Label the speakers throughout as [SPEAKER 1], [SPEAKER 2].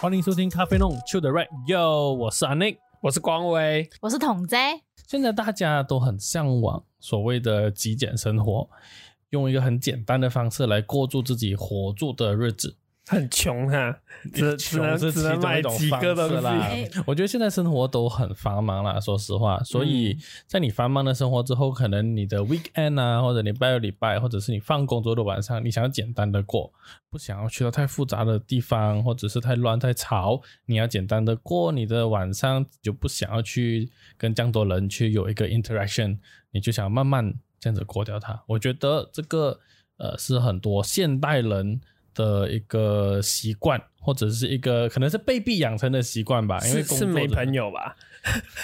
[SPEAKER 1] 欢迎收听咖啡弄 Chill the Right，Yo，我是 Anik。
[SPEAKER 2] 我是光威，
[SPEAKER 3] 我是统 J，
[SPEAKER 1] 现在大家都很向往所谓的极简生活，用一个很简单的方式来过住自己活住的日子。
[SPEAKER 2] 很穷哈、只只
[SPEAKER 1] 穷
[SPEAKER 2] 能
[SPEAKER 1] 是
[SPEAKER 2] 只
[SPEAKER 1] 其中
[SPEAKER 2] 能
[SPEAKER 1] 一
[SPEAKER 2] 买
[SPEAKER 1] 种
[SPEAKER 2] 几
[SPEAKER 1] 方
[SPEAKER 2] 个东
[SPEAKER 1] 式啦
[SPEAKER 2] 西，
[SPEAKER 3] 哎。
[SPEAKER 1] 我觉得现在生活都很繁忙啦，说实话，所以在你繁忙的生活之后，可能你的 weekend 啊，或者你拜六礼拜，或者是你放工周的晚上，你想要简单的过，不想要去到太复杂的地方，或者是太乱太吵，你要简单的过你的晚上，就不想要去跟这样多人去有一个 interaction，你就想慢慢这样子过掉它。我觉得这个呃是很多现代人。的一个习惯，或者是一个可能是被逼养成的习惯吧，因为
[SPEAKER 2] 是
[SPEAKER 1] 工
[SPEAKER 2] 是
[SPEAKER 1] 作
[SPEAKER 2] 没
[SPEAKER 1] 的
[SPEAKER 2] 朋友吧？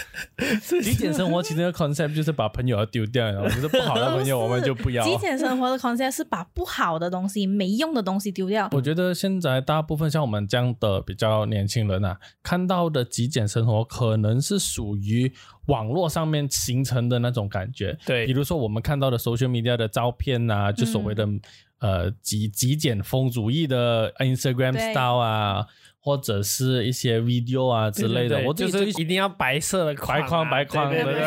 [SPEAKER 1] 极简生活其中的 concept 就是把朋友要丢掉，然后就是不好的朋友我们就不 要。
[SPEAKER 3] 极简生活的 concept 是把不好的东西、没用的东西丢掉。
[SPEAKER 1] 我觉得现在大部分像我们这样的比较年轻人啊，看到的极简生活可能是属于网络上面形成的那种感觉，
[SPEAKER 2] 对
[SPEAKER 1] 比如说我们看到的 social media 的照片呐、就所谓的、
[SPEAKER 2] 嗯
[SPEAKER 1] 呃极极简风主义的 Instagram
[SPEAKER 3] 对
[SPEAKER 1] style 啊，或者是一些 video 啊之类的，
[SPEAKER 2] 对对对
[SPEAKER 1] 我自
[SPEAKER 2] 就
[SPEAKER 1] 己
[SPEAKER 2] 是
[SPEAKER 1] 最
[SPEAKER 2] 一定要白色的
[SPEAKER 1] 白框
[SPEAKER 2] 啊
[SPEAKER 1] 白框
[SPEAKER 2] 对对 对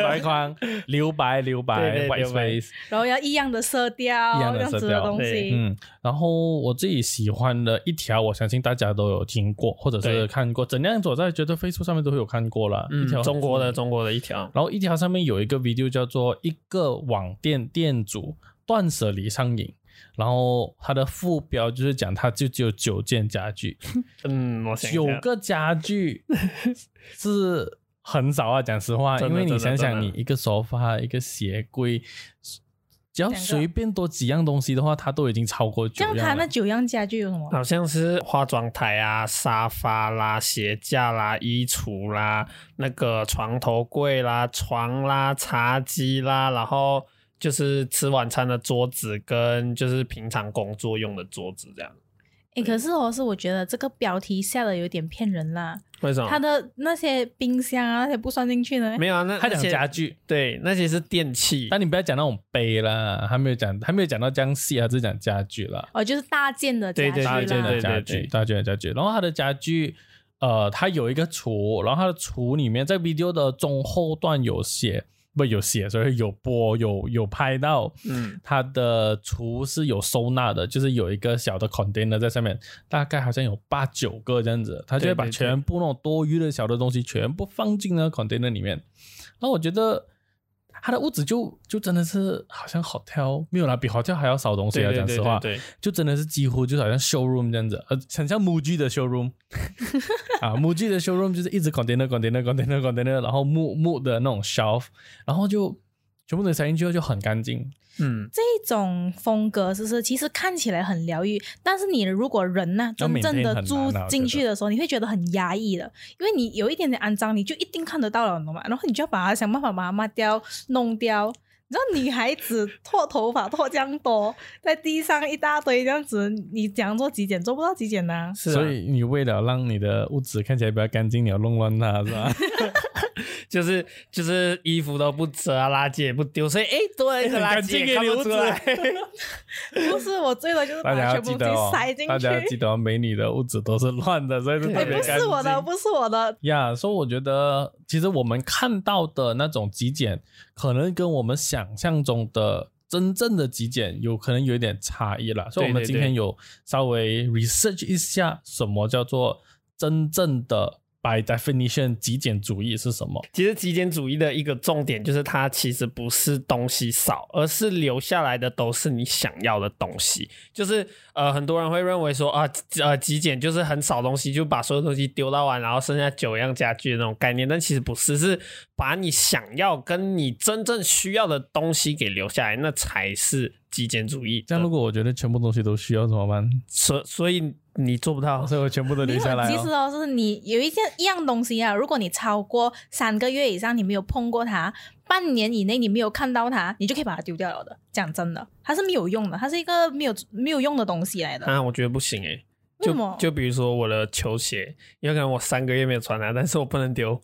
[SPEAKER 1] 白框留白留白
[SPEAKER 2] 对对
[SPEAKER 1] white
[SPEAKER 2] 留白
[SPEAKER 1] space。
[SPEAKER 3] 然后要一样的色调，
[SPEAKER 1] 一样的
[SPEAKER 3] 这样子
[SPEAKER 1] 色调
[SPEAKER 3] 的东
[SPEAKER 2] 对
[SPEAKER 3] 西。
[SPEAKER 1] 嗯，然后我自己喜欢的一条，我相信大家都有听过或者是
[SPEAKER 2] 对
[SPEAKER 1] 看过，怎样走在觉得 Facebook 上面都会有看过啦。一条
[SPEAKER 2] 嗯，中国的
[SPEAKER 1] 很出名，
[SPEAKER 2] 中国的一条，
[SPEAKER 1] 然后一条上面有一个 video 叫做一个网店店主断舍离上瘾，然后它的副标就是讲他就只有九件家具，
[SPEAKER 2] 嗯，我想一下
[SPEAKER 1] 九个家具是很少啊，讲实话，
[SPEAKER 2] 真
[SPEAKER 1] 因
[SPEAKER 2] 的
[SPEAKER 1] 为你
[SPEAKER 2] 真的
[SPEAKER 1] 想想，
[SPEAKER 2] 真的
[SPEAKER 1] 你一个 sofa 一个鞋柜。只要
[SPEAKER 3] 两个
[SPEAKER 1] 随便多几样东西的话，它都已经超过九
[SPEAKER 3] 这
[SPEAKER 1] 样啊
[SPEAKER 3] 样
[SPEAKER 1] 了。
[SPEAKER 3] 它那九样家具有什么？
[SPEAKER 2] 好像是化妆台啊、沙发啦、鞋架啦、衣橱啦、那个床头柜啦、床啦、茶几啦，然后就是吃晚餐的桌子跟就是平常工作用的桌子这样。
[SPEAKER 3] 诶，可是我是我觉得这个标题下的有点骗人啦。
[SPEAKER 2] 为
[SPEAKER 1] 哦
[SPEAKER 2] 什么？
[SPEAKER 3] 它的那些冰箱啊，那些不算进去呢。
[SPEAKER 2] 没有啊，那
[SPEAKER 1] 他讲
[SPEAKER 2] 那些
[SPEAKER 1] 家具，
[SPEAKER 2] 对，那些是电器。
[SPEAKER 1] 但你不要讲那种杯啦，还没有讲，还没有讲到这样细啊，只讲家具啦，
[SPEAKER 3] 哦，就是大件的
[SPEAKER 2] 对
[SPEAKER 3] 家具
[SPEAKER 2] 对
[SPEAKER 3] 啦。
[SPEAKER 1] 大件的
[SPEAKER 2] 对
[SPEAKER 1] 家
[SPEAKER 2] 对
[SPEAKER 1] 具，大件的家具。然后它的家具，呃，它有一个橱，然后它的橱里面在 video 的中后段有写，不有写，所以有播有有拍到，
[SPEAKER 2] 嗯，
[SPEAKER 1] 它的橱是有收纳的，就是有一个小的 container 在上面，大概好像有八九个这样子，它就会
[SPEAKER 2] 对对
[SPEAKER 1] 把
[SPEAKER 2] 对
[SPEAKER 1] 全部那种多余的小的东西全部放进那个 container 里面。然后我觉得它的屋子就就真的是好像 hotel 没有啦，比 hotel 还要少东西
[SPEAKER 2] 对
[SPEAKER 1] 啊，
[SPEAKER 2] 对
[SPEAKER 1] 讲
[SPEAKER 2] 对
[SPEAKER 1] 实话，
[SPEAKER 2] 对对
[SPEAKER 1] 就真的是几乎就好像 showroom 这样子，呃，很像 MUJI 的 showroom 啊，MUJI 的 showroom 就是一直 container container container container，然后木木的那种 shelf，然后就全部都塞进去后就很干净。
[SPEAKER 2] 嗯，
[SPEAKER 3] 这种风格是不是其实看起来很疗愈，但是你如果人呢、
[SPEAKER 1] 要
[SPEAKER 3] 真
[SPEAKER 1] maintain
[SPEAKER 3] 正的
[SPEAKER 1] 很
[SPEAKER 3] 住
[SPEAKER 1] 难啊我
[SPEAKER 3] 进
[SPEAKER 1] 觉
[SPEAKER 3] 去
[SPEAKER 1] 得
[SPEAKER 3] 的时候，你会觉得很压抑的，因为你有一点点肮脏，你就一定看得到了，你懂吗？然后你就要把它想办法把它抹掉、弄掉。你知道女孩子脱头发脱这样多，在地上一大堆这样子，你讲做极简做不到极简呐、
[SPEAKER 2] 是啊、
[SPEAKER 1] 所以你为了让你的屋子看起来比较干净，你要弄乱它，是 吧？
[SPEAKER 2] 就是就是衣服都不折啊，垃圾也不丢，所以哎，多了一个
[SPEAKER 1] 很
[SPEAKER 2] 垃
[SPEAKER 1] 干
[SPEAKER 2] 圾
[SPEAKER 1] 净
[SPEAKER 2] 也
[SPEAKER 1] 耶
[SPEAKER 2] 看不出来。
[SPEAKER 3] 不是我最多就是把
[SPEAKER 1] 大家要
[SPEAKER 3] 全部
[SPEAKER 1] 记
[SPEAKER 3] 东
[SPEAKER 1] 得哦
[SPEAKER 3] 西塞进，
[SPEAKER 1] 大家要记
[SPEAKER 3] 去。
[SPEAKER 1] 得哦美女的屋子都是乱的，所以是特
[SPEAKER 3] 哎，
[SPEAKER 1] 别
[SPEAKER 3] 不
[SPEAKER 1] 干
[SPEAKER 3] 是
[SPEAKER 1] 净。
[SPEAKER 3] 我的，不是我的，
[SPEAKER 1] 呀，所以我觉得，其实我们看到的那种极简，可能跟我们想象中的真正的极简有可能有一点差异啦。所以我们
[SPEAKER 2] 对对
[SPEAKER 1] 今天有稍微 research 一下，什么叫做真正的 by definition 极简主义是什么？
[SPEAKER 2] 其实极简主义的一个重点就是，它其实不是东西少，而是留下来的都是你想要的东西。就是呃，很多人会认为说啊，呃，极简就是很少东西，就把所有东西丢到完，然后剩下九样家具的那种概念。但其实不是，是把你想要跟你真正需要的东西给留下来，那才是极简主义的。
[SPEAKER 1] 这样如果我觉得全部东西都需要怎么办？
[SPEAKER 2] 所所以你做不到，
[SPEAKER 1] 所以我全部都
[SPEAKER 3] 没
[SPEAKER 1] 留
[SPEAKER 3] 有
[SPEAKER 1] 下来、，
[SPEAKER 3] 其实
[SPEAKER 1] 哦。
[SPEAKER 3] 哦，是你有一件一样东西啊，如果你超过三个月以上，你没有碰过它，半年以内你没有看到它，你就可以把它丢掉了的。讲真的，它是没有用的，它是一个没有没有用的东西 来的。
[SPEAKER 2] 啊，我觉得不行哎、
[SPEAKER 3] 为什么
[SPEAKER 2] 就就比如说我的球鞋，有可能我三个月没有穿它，但是我不能丢。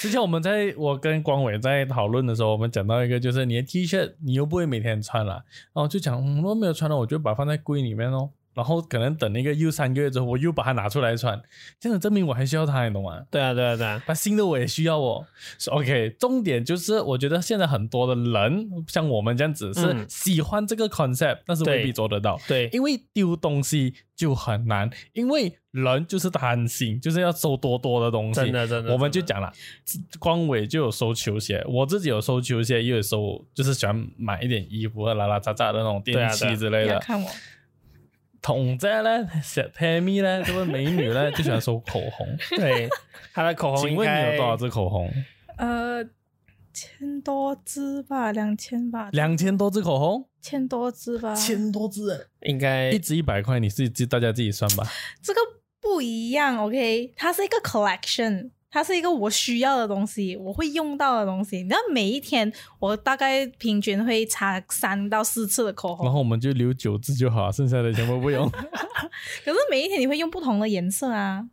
[SPEAKER 1] 之前我们在我跟光伟在讨论的时候，我们讲到一个，就是你的 T 恤你又不会每天穿了，然后就讲，嗯，如果没有穿了，我就把它放在柜里面哦。然后可能等那个又三个月之后，我又把它拿出来穿，这样子证明我还需要它，你懂吗？
[SPEAKER 2] 对啊，对啊，对啊，
[SPEAKER 1] 把新的我也需要哦。是 OK，重点就是我觉得现在很多的人像我们这样子是
[SPEAKER 2] 嗯
[SPEAKER 1] 喜欢这个 concept，、但是未必
[SPEAKER 2] 对
[SPEAKER 1] 做得到。
[SPEAKER 2] 对，
[SPEAKER 1] 因为丢东西就很难，因为人就是贪心，就是要收多多的东西。
[SPEAKER 2] 真的真的，
[SPEAKER 1] 我们就
[SPEAKER 2] 真的
[SPEAKER 1] 讲了，光伟就有收球鞋，我自己有收球鞋，也有收，就是喜欢买一点衣服和拉拉杂杂的那种
[SPEAKER 2] 对
[SPEAKER 1] 电
[SPEAKER 2] 啊对啊
[SPEAKER 1] 器之
[SPEAKER 3] 不
[SPEAKER 1] 类
[SPEAKER 3] 要
[SPEAKER 1] 的。
[SPEAKER 3] 看我，
[SPEAKER 1] 统在呢，小 Tammy 呢，这位美女 呢，就喜欢收口 红。
[SPEAKER 2] 对它的口红
[SPEAKER 1] 请
[SPEAKER 2] 应
[SPEAKER 1] 问你
[SPEAKER 2] 该
[SPEAKER 1] 有多少支口红？
[SPEAKER 3] 呃，千多支吧，两千吧，
[SPEAKER 1] 两千多支口红，
[SPEAKER 3] 千多支吧，
[SPEAKER 1] 多支，
[SPEAKER 2] 应该
[SPEAKER 1] 一支一百块，你自己自大家自己算吧。
[SPEAKER 3] 这个不一样，OK，它是一个 collection，它是一个我需要的东西，我会用到的东西。那每一天我大概平均会擦三到四次的口
[SPEAKER 1] 然
[SPEAKER 2] 哦
[SPEAKER 3] 红，
[SPEAKER 1] 后我们就留九支就好，剩下的全部不 用。
[SPEAKER 3] 可是每一天你会用不同的颜色啊。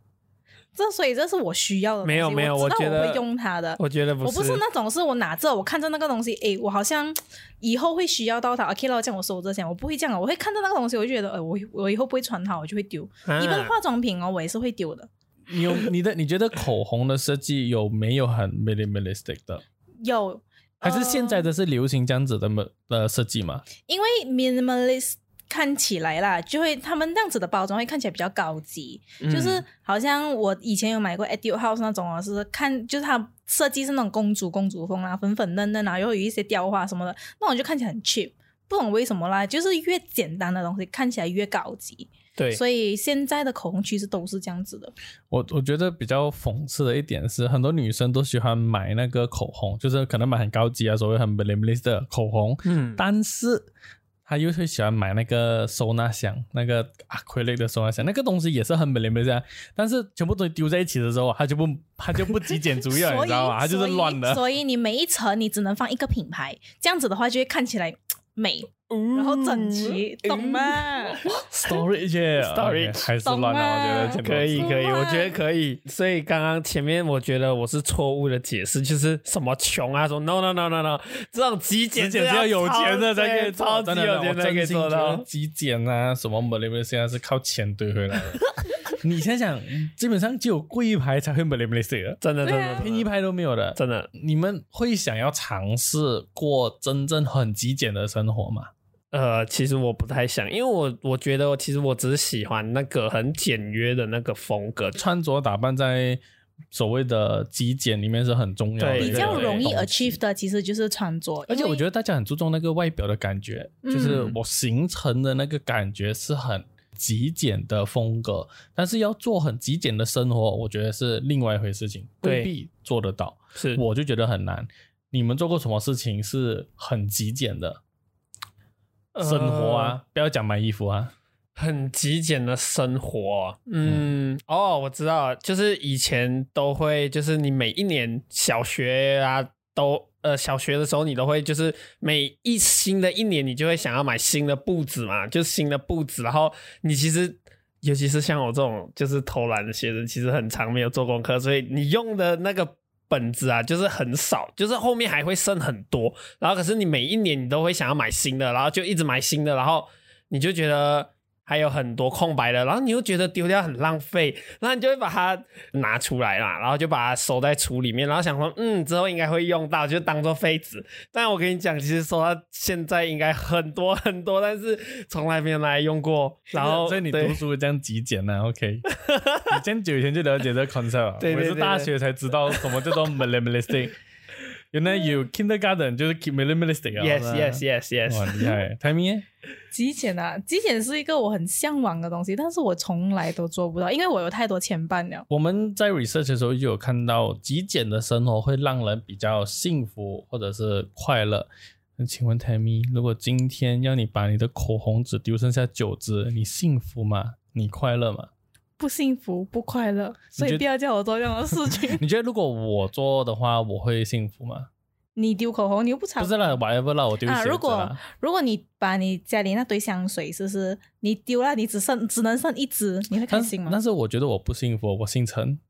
[SPEAKER 3] 这所以这是我需要的东西，
[SPEAKER 2] 没有没有，
[SPEAKER 3] 我
[SPEAKER 2] 我
[SPEAKER 3] 知
[SPEAKER 2] 觉
[SPEAKER 3] 道
[SPEAKER 2] 得
[SPEAKER 3] 会用它的。
[SPEAKER 2] 我觉得不
[SPEAKER 3] 我不是那种是我拿着我看着那个东西，诶，我好像以后会需要到它，OK 了，这样我收着先。我不会这样，我会看到那个东西，我就觉得，呃，我我以后不会穿它，我就会丢。
[SPEAKER 2] 啊
[SPEAKER 3] 一般化妆品哦，我也是会丢的。
[SPEAKER 1] 你有你的你觉得口红的设计有没有很 minimalistic 的？
[SPEAKER 3] 有，
[SPEAKER 1] 还是现在
[SPEAKER 3] 呃
[SPEAKER 1] 的是流行这样子的么的设计嘛？
[SPEAKER 3] 因为 minimalist 看起来啦，就会他们那样子的包装会看起来比较高级，
[SPEAKER 2] 嗯
[SPEAKER 3] 就是
[SPEAKER 1] 嗯
[SPEAKER 3] 好像我以前有买过 Etude House 那种啊，是看就是它设计是那种公主公主风啊，粉粉嫩嫩啊，又有一些雕花什么的，那种就看起来很 cheap。不懂为什么啦，就是越简单的东西看起来越高级，
[SPEAKER 2] 对，
[SPEAKER 3] 所以现在的口红其实都是这样子的。
[SPEAKER 1] 我我觉得比较讽刺的一点是，很多女生都喜欢买那个口红，就是可能买很高级啊，所谓很 minimalist 的口红，
[SPEAKER 2] 嗯，
[SPEAKER 1] 但是她又会喜欢买那个收纳箱，那个 acrylic 的收纳箱，那个东西也是很 minimalist，啊但是全部东西丢在一起的时候，它就不它就不极简主义 了，你
[SPEAKER 3] 所以
[SPEAKER 1] 知道吗？它就是乱的。
[SPEAKER 3] 所以。所以你每一层你只能放一个品牌，这样子的话就会看起来嘖美，
[SPEAKER 2] 嗯
[SPEAKER 3] 然后整齐，懂吗？
[SPEAKER 1] storage 耶
[SPEAKER 2] Storage
[SPEAKER 1] OK，还是乱啊
[SPEAKER 3] 懂吗
[SPEAKER 1] 了，我觉得
[SPEAKER 2] 嗯可以
[SPEAKER 3] 说
[SPEAKER 2] 可以，
[SPEAKER 3] 话
[SPEAKER 2] 我觉得可以。所以刚刚前面我觉得我是错误的解释，就是什么穷啊，说 no no no no no，这种极简
[SPEAKER 1] 极简
[SPEAKER 2] 就是
[SPEAKER 1] 要有
[SPEAKER 2] 超
[SPEAKER 1] 钱的才可以
[SPEAKER 2] 对
[SPEAKER 1] 做，
[SPEAKER 2] 超级
[SPEAKER 1] 真的
[SPEAKER 2] 有钱
[SPEAKER 1] 我
[SPEAKER 2] 才可以
[SPEAKER 1] 真心觉
[SPEAKER 2] 做
[SPEAKER 1] 得
[SPEAKER 2] 到。
[SPEAKER 1] 极简啊，什么 minimalist 现在是靠钱堆回来的。 你想想，基本上只有贵一排才会 minimalist 的，
[SPEAKER 2] 真的真
[SPEAKER 3] 对
[SPEAKER 2] 的
[SPEAKER 3] 啊
[SPEAKER 1] 便宜一排都没有的。
[SPEAKER 2] 真的，
[SPEAKER 1] 你们会想要尝试过真正很极简的生活吗？
[SPEAKER 2] 呃，其实我不太想，因为我我觉得其实我只是喜欢那个很简约的那个风格，
[SPEAKER 1] 穿着打扮在所谓的极简里面是很重要的，
[SPEAKER 2] 对
[SPEAKER 3] 比较容易
[SPEAKER 1] 而
[SPEAKER 3] achieve 的其实就是穿着，
[SPEAKER 1] 而且我觉得
[SPEAKER 3] 得
[SPEAKER 1] 大家很注重那个外表的感觉，就是
[SPEAKER 2] 嗯
[SPEAKER 1] 我形成的那个感觉是很极简的风格，但是要做很极简的生活，我觉得是另外一回事情，
[SPEAKER 2] 对
[SPEAKER 1] 未必做得到。
[SPEAKER 2] 是
[SPEAKER 1] 我就觉得很难。你们做过什么事情是很极简的生活
[SPEAKER 2] 呃
[SPEAKER 1] 啊？不要讲买衣服啊，
[SPEAKER 2] 很极简的生活。嗯，哦，我知道了，就是以前都会，就是你每一年小学啊，都呃小学的时候，你都会就是每一新的一年，你就会想要买新的布子嘛，就是新的布子，然后你其实。尤其是像我这种就是偷懒的学生，其实很长没有做功课，所以你用的那个本子啊，就是很少，就是后面还会剩很多。然后可是你每一年你都会想要买新的，然后就一直买新的，然后你就觉得还有很多空白的，然后你又觉得丢掉很浪费，然后你就会把它拿出来啦，然后就把它收在橱里面，然后想说，嗯，之后应该会用到，就当做废纸。但我跟你讲，其实收到现在应该很多很多，但是从来没有拿来用过。然后，
[SPEAKER 1] 所以你
[SPEAKER 2] 对
[SPEAKER 1] 读书这样极简呢、啊、？OK，你 这样久以前就了解这个 concept，啊
[SPEAKER 2] 对
[SPEAKER 1] 我
[SPEAKER 2] 对对
[SPEAKER 1] 也是大学才知道什么叫做 minimalistic。原来有 kindergarten 就是 minimalistic 啊
[SPEAKER 2] Yes, yes, yes,
[SPEAKER 1] 哇
[SPEAKER 2] yes。
[SPEAKER 1] 很厉害，Timmy
[SPEAKER 3] 极简啊，极简是一个我很向往的东西，但是我从来都做不到，因为我有太多牵绊了。
[SPEAKER 1] 我们在 research 的时候就有看到，极简的生活会让人比较幸福或者是快乐。那请问 Tammy，如果今天要你把你的口红只丢剩下九支，你幸福吗？你快乐吗？
[SPEAKER 3] 不幸福不快乐，所
[SPEAKER 1] 你觉。
[SPEAKER 3] 以不要叫我做这样的事情
[SPEAKER 1] 你觉得如果我做的话，我会幸福吗？
[SPEAKER 3] 你丢口红，你又不
[SPEAKER 1] 不
[SPEAKER 3] 常
[SPEAKER 1] 是啦，whatever 啦，我丢鞋
[SPEAKER 3] 啊！
[SPEAKER 1] 子啦。
[SPEAKER 3] 如果如果你把你家里那堆香水，是不是你丢了，你只剩只能剩一支，你会开
[SPEAKER 1] 但
[SPEAKER 3] 心吗？
[SPEAKER 1] 但是我觉得我不幸福，我姓陈。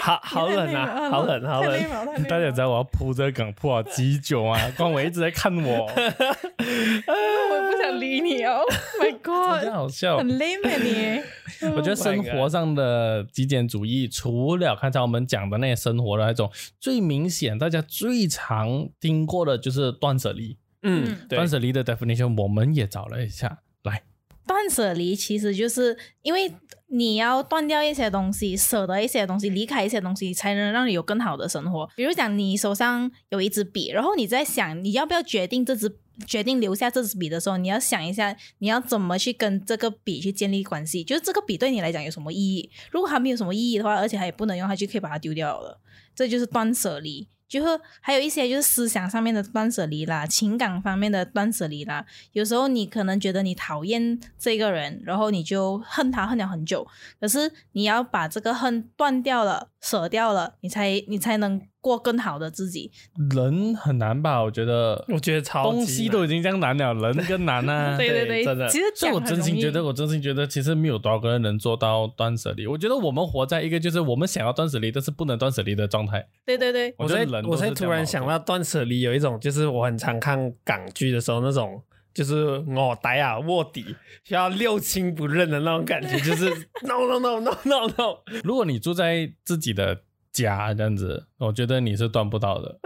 [SPEAKER 2] 好好冷啊，好冷，好冷。
[SPEAKER 3] 冷
[SPEAKER 1] 大家知道我要铺这个梗铺好几久 啊？光伟一直在看我，
[SPEAKER 3] 我不想理你哦 ，My
[SPEAKER 1] 真的
[SPEAKER 3] God，
[SPEAKER 1] 好笑。
[SPEAKER 3] 很 lame 啊你。
[SPEAKER 1] 我觉得
[SPEAKER 2] Oh my
[SPEAKER 1] 生
[SPEAKER 2] God
[SPEAKER 1] 活上的极简主义，除了刚才我们讲的那些生活的那种，最明显大家最常听过的就是断舍离。
[SPEAKER 2] 嗯，对
[SPEAKER 1] 断，舍离的 definition 我们也找了一下，来，
[SPEAKER 3] 断舍离其实就是因为你要断掉一些东西，舍得一些东西，离开一些东西，才能让你有更好的生活。比如讲，你手上有一支笔，然后你在想你要不要决定这支决定留下这支笔的时候，你要想一下你要怎么去跟这个笔去建立关系，就是这个笔对你来讲有什么意义。如果它没有什么意义的话，而且它也不能用，它就可以把它丢掉了。这就是断舍离。就是还有一些就是思想上面的断舍离啦，情感方面的断舍离啦。有时候你可能觉得你讨厌这个人，然后你就恨他恨了很久，可是你要把这个恨断掉了、舍掉了，你才你才能过更好的自己。
[SPEAKER 1] 人很难吧？我觉得
[SPEAKER 2] 我觉得超
[SPEAKER 1] 东
[SPEAKER 2] 级
[SPEAKER 1] 西
[SPEAKER 2] 难
[SPEAKER 1] 都已经这样难了，人更难啊。
[SPEAKER 2] 对对对真的
[SPEAKER 3] 其实
[SPEAKER 1] 所以，我
[SPEAKER 3] 讲很
[SPEAKER 1] 真心
[SPEAKER 3] 容易
[SPEAKER 1] 觉得，我真心觉得，其实没有多少个人能做到断舍离。我觉得我们活在一个就是我们想要断舍离，但是不能断舍离的状态。
[SPEAKER 3] 对对对，
[SPEAKER 2] 我
[SPEAKER 1] 觉
[SPEAKER 2] 在
[SPEAKER 1] 得人都
[SPEAKER 2] 我
[SPEAKER 1] 是
[SPEAKER 2] 在
[SPEAKER 1] 这
[SPEAKER 2] 突
[SPEAKER 1] 样
[SPEAKER 2] 然
[SPEAKER 1] 矛
[SPEAKER 2] 想
[SPEAKER 1] 盾
[SPEAKER 2] 到断舍离有一种，就是我很常看港剧的时候那种，就是我呆啊卧底需要六亲不认的那种感觉，就是 no no no no no no，
[SPEAKER 1] 如果你住在自己的家这样子，我觉得你是断不到的，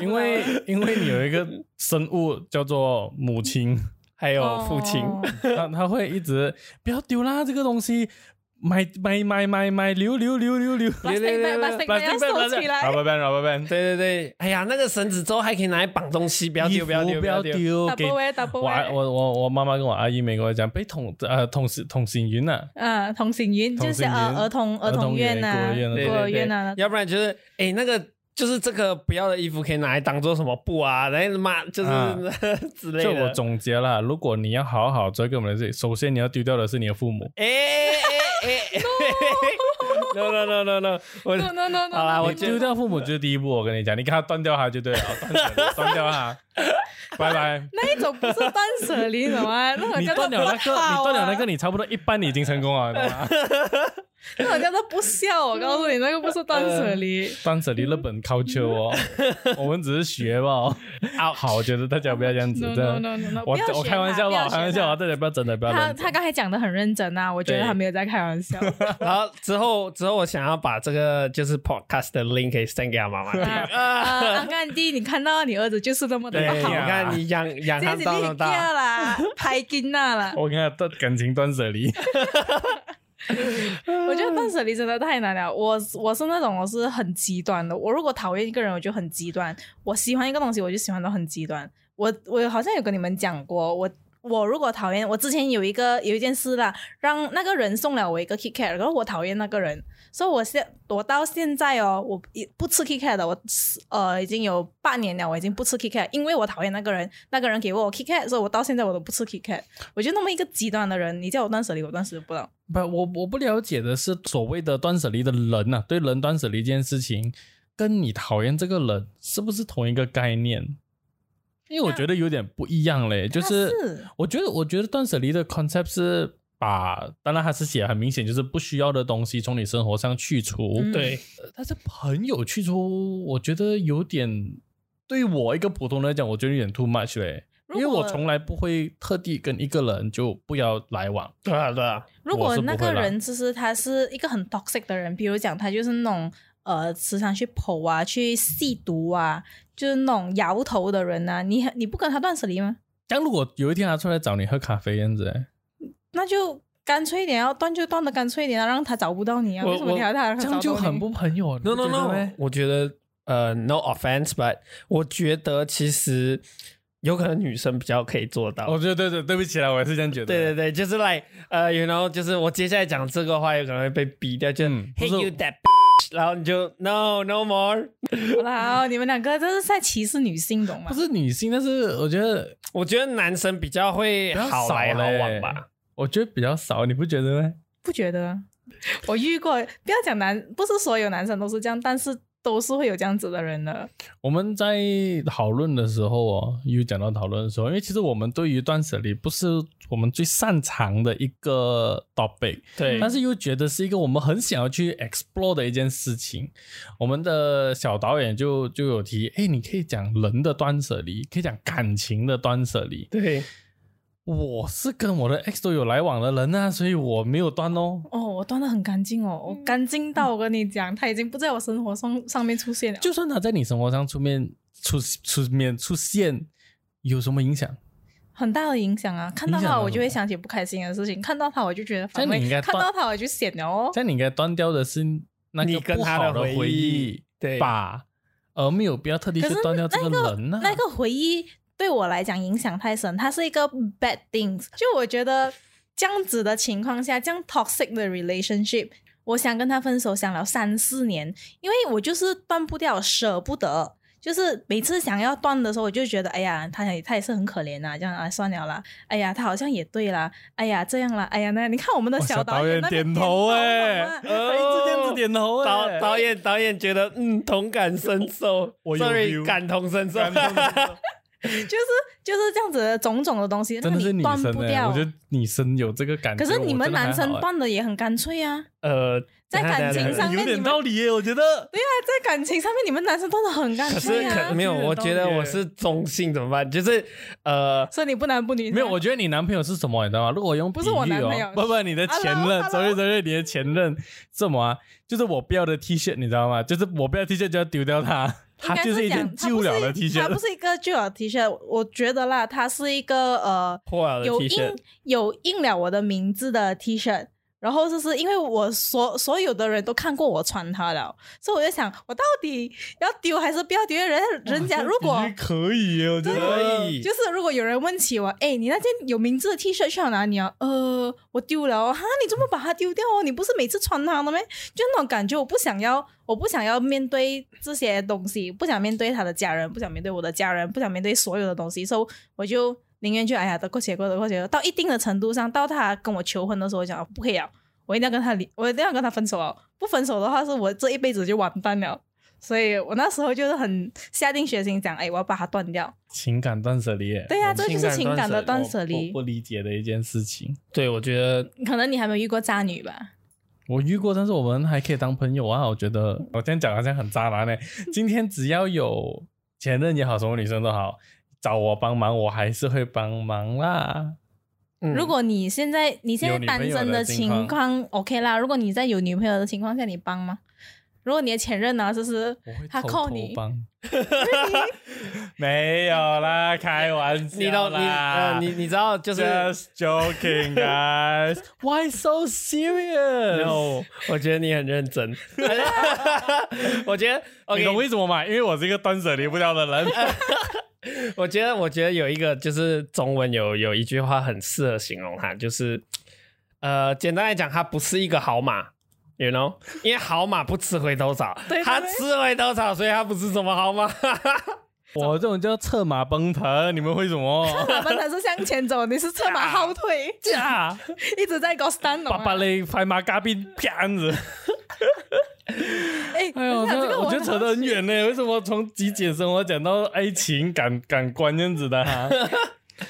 [SPEAKER 1] 因为因为你有一个生物叫做母亲，
[SPEAKER 2] 还有父亲，
[SPEAKER 3] 哦
[SPEAKER 1] 她她会一直不要丢啦这个东西，买买买买买留留留留留，
[SPEAKER 3] plastic bag plastic bag 要
[SPEAKER 1] Plastic bag，
[SPEAKER 3] 收起
[SPEAKER 1] plastic
[SPEAKER 3] 来
[SPEAKER 1] bag，rubber band，rubber band，
[SPEAKER 2] 对对对，哎呀，那个绳子之后还可以拿来绑东西，不要
[SPEAKER 1] 衣
[SPEAKER 2] 丢
[SPEAKER 1] 服
[SPEAKER 2] 不要丢
[SPEAKER 1] 不要
[SPEAKER 2] 丢，
[SPEAKER 1] 丢，给
[SPEAKER 3] ，double way double
[SPEAKER 1] 我阿
[SPEAKER 3] way，
[SPEAKER 1] 我我我妈妈跟我阿姨没跟我讲，被统呃统是统行云呐、
[SPEAKER 3] 嗯，同行云
[SPEAKER 1] 同
[SPEAKER 3] 就
[SPEAKER 1] 性
[SPEAKER 3] 是
[SPEAKER 1] 恋
[SPEAKER 3] 呃儿童
[SPEAKER 1] 儿童
[SPEAKER 3] 童
[SPEAKER 1] 园
[SPEAKER 3] 院啊
[SPEAKER 1] 孤儿
[SPEAKER 3] 呐，
[SPEAKER 1] 院啊那种
[SPEAKER 2] 对
[SPEAKER 3] 孤
[SPEAKER 2] 对
[SPEAKER 3] 儿
[SPEAKER 2] 对
[SPEAKER 3] 院呐，
[SPEAKER 2] 要不然就是哎那个。就是这个不要的衣服可以拿来当做什么布啊，来妈就是
[SPEAKER 1] 啊
[SPEAKER 2] 之类的。
[SPEAKER 1] 就我总结啦，如果你要好好做一个我们的事情，首先你要丢掉的是你的父母。
[SPEAKER 2] 哎哎哎 ，no no no no no，我
[SPEAKER 3] no no no，no，
[SPEAKER 2] 好啦，我
[SPEAKER 1] 你
[SPEAKER 2] 觉
[SPEAKER 1] 丢
[SPEAKER 2] 得
[SPEAKER 1] 掉父母就是第一步，我跟你讲，你给他断掉他就对了，哦 断掉断掉他，拜拜。
[SPEAKER 3] 那一种不是断舍离，你懂吗？ 那种
[SPEAKER 1] 你
[SPEAKER 3] 叫做
[SPEAKER 1] 断
[SPEAKER 3] 不
[SPEAKER 1] 了那个， 你
[SPEAKER 3] 好
[SPEAKER 1] 断了
[SPEAKER 3] 啊
[SPEAKER 1] 那个，你差不多一半你已经成功了，懂吗？
[SPEAKER 3] 那种叫做不孝。我告诉你，那个不是断舍离。
[SPEAKER 1] 断舍离日本 culture 哦，我们只是学吧哦。好，我觉得大家不要这样子
[SPEAKER 3] No，
[SPEAKER 1] 真的
[SPEAKER 3] no no no no，
[SPEAKER 1] 我
[SPEAKER 3] 不要
[SPEAKER 1] 我
[SPEAKER 3] 学
[SPEAKER 1] 开玩
[SPEAKER 3] 他
[SPEAKER 1] 笑
[SPEAKER 3] 不
[SPEAKER 1] 吧，
[SPEAKER 3] 要
[SPEAKER 1] 我开玩
[SPEAKER 3] 学
[SPEAKER 1] 笑
[SPEAKER 3] 他
[SPEAKER 1] 啊，大家不要真的不要认
[SPEAKER 3] 他
[SPEAKER 1] 真。
[SPEAKER 3] 他刚才讲的很认真啊，我觉得
[SPEAKER 2] 对
[SPEAKER 3] 他没有在开 玩笑。啊
[SPEAKER 2] 然后之后之后，我想要把这个就是 podcast 的 link 给 send 给他妈妈听。
[SPEAKER 3] 啊，
[SPEAKER 2] 啊
[SPEAKER 3] 安干弟，你看到你儿子就是这么的
[SPEAKER 2] 对，你
[SPEAKER 3] 不好，
[SPEAKER 2] 看你养养他
[SPEAKER 3] 这是
[SPEAKER 2] 到那
[SPEAKER 3] 你
[SPEAKER 2] 么
[SPEAKER 3] 掉
[SPEAKER 2] 大，
[SPEAKER 3] 啦， 拍金娜啦。
[SPEAKER 1] 我跟他断感情断舍离。
[SPEAKER 3] 我觉得断舍离真的太难了。我我是那种我是很极端的，我如果讨厌一个人，我就很极端；我喜欢一个东西，我就喜欢到很极端。我我好像有跟你们讲过，我我如果讨厌，我之前有一个有一件事啦，让那个人送了我一个 Kit Kat，然后我讨厌那个人，所以我现我到现在哦，我也不吃 Kit Kat 的，我吃呃已经有半年了，我已经不吃 Kit Kat，因为我讨厌那个人，那个人给我 Kit Kat，所以我到现在我都不吃 Kit Kat。我就那么一个极端的人，你叫我断舍离，我断舍离不了。
[SPEAKER 1] 不，我我不了解的是所谓的断舍离的人呐、对人断舍离这件事情，跟你讨厌这个人是不是同一个概念？因为我觉得有点不一样嘞，就
[SPEAKER 3] 但
[SPEAKER 1] 是
[SPEAKER 3] 啊是
[SPEAKER 1] 我觉得我觉得断舍离的 concept 是把，当然它是写得很明显，就是不需要的东西从你生活上去除，
[SPEAKER 3] 嗯
[SPEAKER 2] 对，
[SPEAKER 1] 呃但是朋友去除，我觉得有点对我一个普通人来讲，我觉得有点 too much 嘞，因
[SPEAKER 3] 如
[SPEAKER 1] 为
[SPEAKER 3] 果
[SPEAKER 1] 我从来不会特地跟一个人就不要来往。
[SPEAKER 2] 对啊对啊，
[SPEAKER 3] 如
[SPEAKER 1] 我
[SPEAKER 3] 果
[SPEAKER 1] 是不
[SPEAKER 3] 那
[SPEAKER 1] 会
[SPEAKER 3] 个
[SPEAKER 1] 啦
[SPEAKER 3] 人就是他是一个很 toxic 的人，比如讲他就是那种呃时常去剖啊、去吸毒啊，就是那种摇头的人啊，你你不跟他断舍离吗？
[SPEAKER 1] 但如果有一天他出来找你喝咖啡这样子，哎
[SPEAKER 3] 那就干脆一点啊，要断就断的干脆一点啊，让他找不到你啊。
[SPEAKER 2] 我
[SPEAKER 3] 为什么你还要他让他
[SPEAKER 1] 这
[SPEAKER 3] 找到
[SPEAKER 1] 样
[SPEAKER 3] 你？
[SPEAKER 1] 就很不朋友。
[SPEAKER 2] No
[SPEAKER 1] 你不
[SPEAKER 2] no
[SPEAKER 1] 觉得咩
[SPEAKER 2] no，我觉得呃，no offense，but 我觉得其实有可能女生比较可以做到。
[SPEAKER 1] 我觉得对对哦对不起啦，我也是这样觉得。
[SPEAKER 2] 对对对，就是 like 呃，you know，就是我接下来讲这个话有可能会被逼掉，就是
[SPEAKER 1] 嗯不
[SPEAKER 2] Hey
[SPEAKER 1] 是
[SPEAKER 2] you that 然后你就 no no more。
[SPEAKER 3] 好啦， 哦你们两个这是在歧视女性，懂吗
[SPEAKER 1] 不？是女性，但是我觉得
[SPEAKER 2] 我觉得男生比较会
[SPEAKER 1] 比较
[SPEAKER 2] 好来
[SPEAKER 1] 少
[SPEAKER 2] 好
[SPEAKER 1] 嘞
[SPEAKER 2] 往吧。
[SPEAKER 1] 我觉得比较少，你不觉得吗？
[SPEAKER 3] 不觉得？我遇过，不要讲男，不是所有男生都是这样，但是都是会有这样子的人的。
[SPEAKER 1] 我们在讨论的时候哦，有讲到讨论的时候，因为其实我们对于断舍离不是我们最擅长的一个 topic，
[SPEAKER 2] 对，
[SPEAKER 1] 但是又觉得是一个我们很想要去 explore 的一件事情。我们的小导演就就有提，哎，你可以讲人的断舍离，可以讲感情的断舍离。
[SPEAKER 2] 对，
[SPEAKER 1] 我是跟我的 ex 都有来往的人啊，所以我没有断哦。
[SPEAKER 3] 哦，我端的很干净哦，
[SPEAKER 1] 嗯
[SPEAKER 3] 我干净到我跟你讲，他已经不在我生活上上面出现了。
[SPEAKER 1] 就算他在你生活上出面出出面出现，有什么影响？
[SPEAKER 3] 很大的影响啊！看到
[SPEAKER 1] 影响
[SPEAKER 3] 他
[SPEAKER 1] 到
[SPEAKER 3] 我就会
[SPEAKER 1] 什么
[SPEAKER 3] 想起不开心的事情，看到他我就觉得反
[SPEAKER 1] 那
[SPEAKER 3] 胃
[SPEAKER 1] 你应该，
[SPEAKER 3] 看
[SPEAKER 1] 断
[SPEAKER 3] 到他我就 显了哦。
[SPEAKER 1] 但你应该断掉的是那
[SPEAKER 2] 你
[SPEAKER 1] 个
[SPEAKER 2] 跟
[SPEAKER 1] 不
[SPEAKER 2] 他
[SPEAKER 1] 好
[SPEAKER 2] 的回
[SPEAKER 1] 回
[SPEAKER 2] 忆对
[SPEAKER 1] 吧，而没有必要特地去
[SPEAKER 3] 可是
[SPEAKER 1] 断掉这
[SPEAKER 3] 那
[SPEAKER 1] 个人啊呢、
[SPEAKER 3] 那个回忆对我来讲影响太深，它是一个 bad things。就我觉得这样子的情况下，这样 toxic 的 relationship，我想跟他分手，想了三四年，因为我就是断不掉，舍不得。就是每次想要断的时候，我就觉得，哎呀，他也他也是很可怜呐、这样啊，算了啦，哎呀，他好像也对啦，哎呀，这样啦，哎呀，那你看我们的
[SPEAKER 1] 哇哦小
[SPEAKER 3] 导
[SPEAKER 1] 导演
[SPEAKER 3] 那边
[SPEAKER 1] 点
[SPEAKER 3] 点
[SPEAKER 1] 头
[SPEAKER 3] 哎、
[SPEAKER 1] 哎
[SPEAKER 2] 呃
[SPEAKER 1] 还一直这样子点头
[SPEAKER 2] 导
[SPEAKER 1] 哎、
[SPEAKER 2] 导演导演觉得嗯同感深受
[SPEAKER 1] 我有
[SPEAKER 2] ，sorry
[SPEAKER 1] feel
[SPEAKER 2] 感同身受，
[SPEAKER 3] 就是就是这样子的种种的东西，
[SPEAKER 1] 真的是
[SPEAKER 3] 让你
[SPEAKER 1] 女
[SPEAKER 3] 断
[SPEAKER 1] 生
[SPEAKER 3] 不
[SPEAKER 1] 哎、
[SPEAKER 3] 掉。
[SPEAKER 1] 我觉得女生有这个感觉。
[SPEAKER 3] 可是你们男生
[SPEAKER 1] 我真的还好哎哎
[SPEAKER 3] 断的也很干脆啊，
[SPEAKER 2] 呃，
[SPEAKER 3] 在感情上
[SPEAKER 1] 有
[SPEAKER 3] 面你
[SPEAKER 1] 点
[SPEAKER 3] 们啊
[SPEAKER 1] 道理耶、我觉得。
[SPEAKER 3] 在感情上面你们男生断的很干
[SPEAKER 2] 可是
[SPEAKER 3] 脆啊
[SPEAKER 2] 可，没有，
[SPEAKER 1] 这个
[SPEAKER 2] 我觉得
[SPEAKER 1] 道理
[SPEAKER 2] 我是中性怎么办？就是呃，
[SPEAKER 3] 所以你不男不女。
[SPEAKER 1] 没有，我觉得你男朋友是什么，你知道吗？如果我用比喻、哦、
[SPEAKER 3] 不是我男朋友
[SPEAKER 1] 不不，你的前任
[SPEAKER 3] Hello，Hello
[SPEAKER 1] ，sorry sorry，你的前任什么啊？就是我不要的 T 恤，你知道吗？就是我不要的 T 恤就要丢掉它，
[SPEAKER 3] 应
[SPEAKER 1] 它
[SPEAKER 3] 该
[SPEAKER 1] 就是一
[SPEAKER 3] 讲
[SPEAKER 1] 件旧了的 T
[SPEAKER 3] 它不
[SPEAKER 1] 恤。
[SPEAKER 3] 是一个旧了 T 恤，我觉得啦，它是一个呃
[SPEAKER 2] 破了的
[SPEAKER 3] 有
[SPEAKER 2] T
[SPEAKER 3] 印
[SPEAKER 2] 恤，
[SPEAKER 3] 有印了我的名字的 T 恤。然后就是因为我所所有的人都看过我穿它了，所以我就想，我到底要丢还是不要丢？人人家如果啊
[SPEAKER 1] 哇这比喻哦可以耶，我觉得
[SPEAKER 2] 可以
[SPEAKER 3] 就是如果有人问起我，哎、你那件有名字的 T 恤去了哪里啊？呃，我丢了哦。哈，你怎么把它丢掉哦？你不是每次穿它的吗？就那种感觉，我不想要，我不想要面对这些东西，不想面对他的家人，不想面对我的家人，不想面对所有的东西，所以我就宁愿就哎呀，得过且过，得过且过。到一定的程度上，到他跟我求婚的时候，我讲不可以啊，我一定要跟他离，我一定要跟他分手哦。不分手的话，是我这一辈子就完蛋了。所以我那时候就是很下定决心讲，哎，我要把它断掉。
[SPEAKER 1] 情感断舍离耶，
[SPEAKER 3] 对呀、
[SPEAKER 2] 我
[SPEAKER 3] 这
[SPEAKER 2] 情
[SPEAKER 3] 就是
[SPEAKER 2] 感
[SPEAKER 3] 情
[SPEAKER 2] 断
[SPEAKER 3] 感
[SPEAKER 2] 舍
[SPEAKER 3] 的
[SPEAKER 2] 离
[SPEAKER 1] 我
[SPEAKER 3] 断舍离
[SPEAKER 1] 不。不理解的一件事情。
[SPEAKER 2] 对我觉得
[SPEAKER 3] 可能你还没有遇过渣女吧？
[SPEAKER 1] 我遇过，但是我们还可以当朋友啊。我觉得 我今天讲好像很渣 男呢、今天只要有前任也好，什么女生都好，找我帮忙，我还是会帮忙啦。
[SPEAKER 2] 嗯
[SPEAKER 3] 如果你现在你现
[SPEAKER 1] 有
[SPEAKER 3] 在
[SPEAKER 1] 女
[SPEAKER 3] 单
[SPEAKER 1] 朋友
[SPEAKER 3] 身
[SPEAKER 1] 的情
[SPEAKER 3] 情
[SPEAKER 1] 况
[SPEAKER 3] 况 OK 啦，如果你在有女朋友的情况下，你帮吗？如果你的前任呢，就是
[SPEAKER 1] 我会
[SPEAKER 3] 他
[SPEAKER 1] 偷
[SPEAKER 3] 扣
[SPEAKER 1] 偷
[SPEAKER 3] 你，
[SPEAKER 1] 帮， 没有啦，开玩
[SPEAKER 2] 你
[SPEAKER 1] 笑
[SPEAKER 2] 懂你
[SPEAKER 1] 啦
[SPEAKER 2] 呃。你你知道就是
[SPEAKER 1] just joking, guys. Why so serious?
[SPEAKER 2] no，我觉得你很认真， 我觉得 OK，
[SPEAKER 1] 你懂为什么吗？因为我是一个断舍离不掉的人。
[SPEAKER 2] 我觉得，我觉得有一个就是中文有有一句话很适合形容它，就是呃，简单来讲，它不是一个好马，you know，因为好马不吃回头 草，
[SPEAKER 3] 对对
[SPEAKER 2] 它
[SPEAKER 3] 对
[SPEAKER 2] 吃回头草，所以它不是什么好马。
[SPEAKER 1] 我这种叫策马奔腾，你们会什么？
[SPEAKER 3] 他们才是向前走，你是策马后退，
[SPEAKER 1] 驾
[SPEAKER 3] 一直在 go stand
[SPEAKER 1] 八八嘞，快马加鞭，啪子。
[SPEAKER 3] 哎，
[SPEAKER 1] 哎呦，
[SPEAKER 3] 等一下这个
[SPEAKER 1] 我觉得扯得很远呢。为什么从极简生活讲到爱情感感官这样子的哈？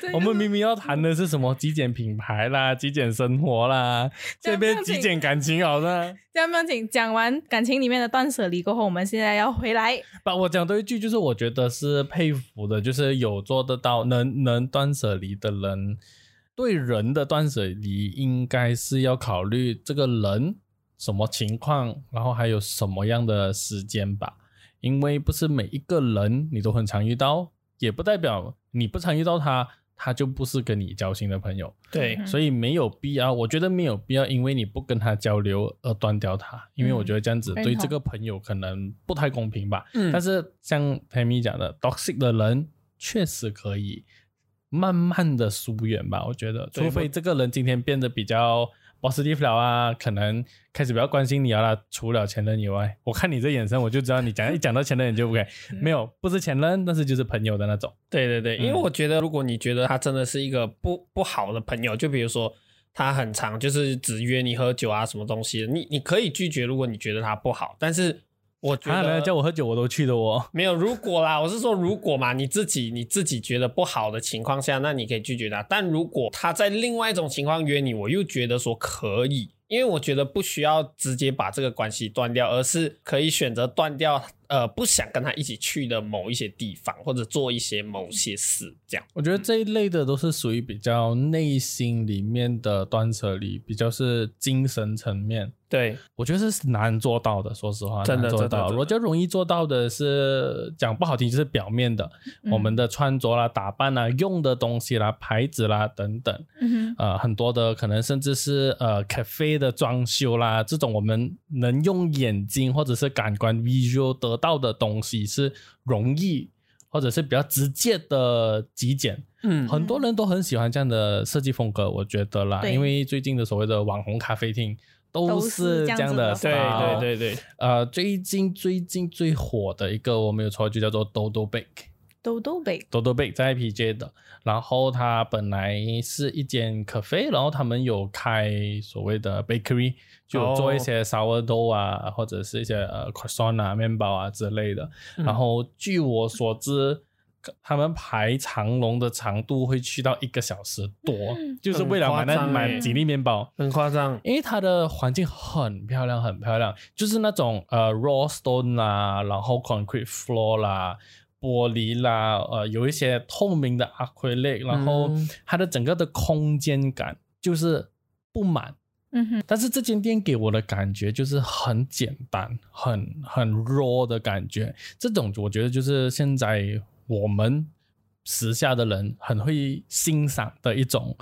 [SPEAKER 3] 这
[SPEAKER 1] 我
[SPEAKER 3] 个
[SPEAKER 1] 们明明要谈的是什么极简品牌啦、极简生活啦，
[SPEAKER 3] 这
[SPEAKER 1] 这
[SPEAKER 3] 样
[SPEAKER 1] 边极简感情好了。
[SPEAKER 3] 这样不用紧。讲完感情里面的断舍离过后，我们现在要回来
[SPEAKER 1] 把我讲多一句，就是我觉得是佩服的，就是有做得到能能断舍离的人，对人的断舍离应该是要考虑这个人什么情况，然后还有什么样的时间吧，因为不是每一个人你都很常遇到，也不代表你不常遇到他，他就不是跟你交心的朋友。
[SPEAKER 2] 对
[SPEAKER 3] 嗯
[SPEAKER 1] 所以没有必要，我觉得没有必要，因为你不跟他交流而断掉他，因为我觉得这样子
[SPEAKER 3] 认
[SPEAKER 1] 对
[SPEAKER 3] 同
[SPEAKER 1] 这个朋友可能不太公平吧。
[SPEAKER 2] 嗯
[SPEAKER 1] 但是像 Tammy 讲的，toxic 的人确实可以慢慢的疏远吧，我觉得，
[SPEAKER 2] 对
[SPEAKER 1] 除非这个人今天变得比较。 positive 了啊，可能开始比较关心你了啦。除了前任以外，我看你这眼神，我就知道你 讲一讲到前任你就不可以，没有不是前任，但是就是朋友的那种。
[SPEAKER 2] 对对对，因为
[SPEAKER 1] 嗯
[SPEAKER 2] 我觉得，如果你觉得他真的是一个不不好的朋友，就比如说他很常就是只约你喝酒啊，什么东西的，你你可以拒绝，如果你觉得他不好。但是我觉
[SPEAKER 1] 他啊来
[SPEAKER 2] 得
[SPEAKER 1] 叫我喝酒我都去的哦。
[SPEAKER 2] 没有如果啦，我是说如果嘛，你自己你自己觉得不好的情况下，那你可以拒绝他。但如果他在另外一种情况约你，我又觉得说可以，因为我觉得不需要直接把这个关系断掉，而是可以选择断掉，呃，不想跟他一起去的某一些地方，或者做一些某些事，这样。
[SPEAKER 1] 我觉得这一类的都是属于比较内心里面的断舍离，比较是精神层面。
[SPEAKER 2] 对，
[SPEAKER 1] 我觉得是难做到的，说实话，
[SPEAKER 2] 真的
[SPEAKER 1] 难做
[SPEAKER 2] 真的
[SPEAKER 1] 到。
[SPEAKER 2] 真的
[SPEAKER 1] 我觉得容易做到的是讲不好听就是表面的，我们
[SPEAKER 3] 的，
[SPEAKER 1] 的穿着啦、打扮啦、用的东西啦、牌子啦等等，
[SPEAKER 3] 嗯哼
[SPEAKER 1] 呃，很多的可能甚至是呃 cafe 的装修啦，这种我们能用眼睛或者是感官 visual 得到的东西是容易或者是比较直接的极简。
[SPEAKER 2] 嗯
[SPEAKER 1] 很多人都很喜欢这样的设计风格，我觉得啦，
[SPEAKER 3] 对
[SPEAKER 1] 因为最近的所谓的网红咖啡厅都
[SPEAKER 3] 都
[SPEAKER 1] 是这
[SPEAKER 3] 是这
[SPEAKER 1] 样
[SPEAKER 3] 样
[SPEAKER 1] 的
[SPEAKER 3] 子
[SPEAKER 2] 对
[SPEAKER 1] style
[SPEAKER 2] 对对对，
[SPEAKER 1] 呃，最近最近最火的一个我没有错，就叫做 Dodo Bake。
[SPEAKER 3] 豆豆呗，
[SPEAKER 1] Dodo Bake 在 PJ 的，然后它本来是一间 cafe，然后他们有开所谓的 bakery，就有做一
[SPEAKER 2] 哦
[SPEAKER 1] 些 sourdough 啊，或者是一些呃 croissant 啊、面包啊之类的。
[SPEAKER 2] 嗯
[SPEAKER 1] 然后据我所知，他们排长龙的长度会去到一个小时多，
[SPEAKER 3] 嗯
[SPEAKER 1] 就是为了买
[SPEAKER 2] 很夸
[SPEAKER 1] 那
[SPEAKER 2] 张
[SPEAKER 1] 买
[SPEAKER 3] 欸
[SPEAKER 1] 几粒面包。
[SPEAKER 2] 很夸张，
[SPEAKER 1] 因为它的环境很漂亮，很漂亮，就是那种呃 raw stone 啦，然后 concrete floor 啦，玻璃啦，呃，有一些透明的 acrylic，然后
[SPEAKER 2] 嗯
[SPEAKER 1] 它的整个的空间感就是不满。
[SPEAKER 3] 嗯哼，
[SPEAKER 1] 但是这间店给我的感觉就是很简单，很很 raw 的感觉。这种我觉得就是现在我们时下的人很会欣赏的一种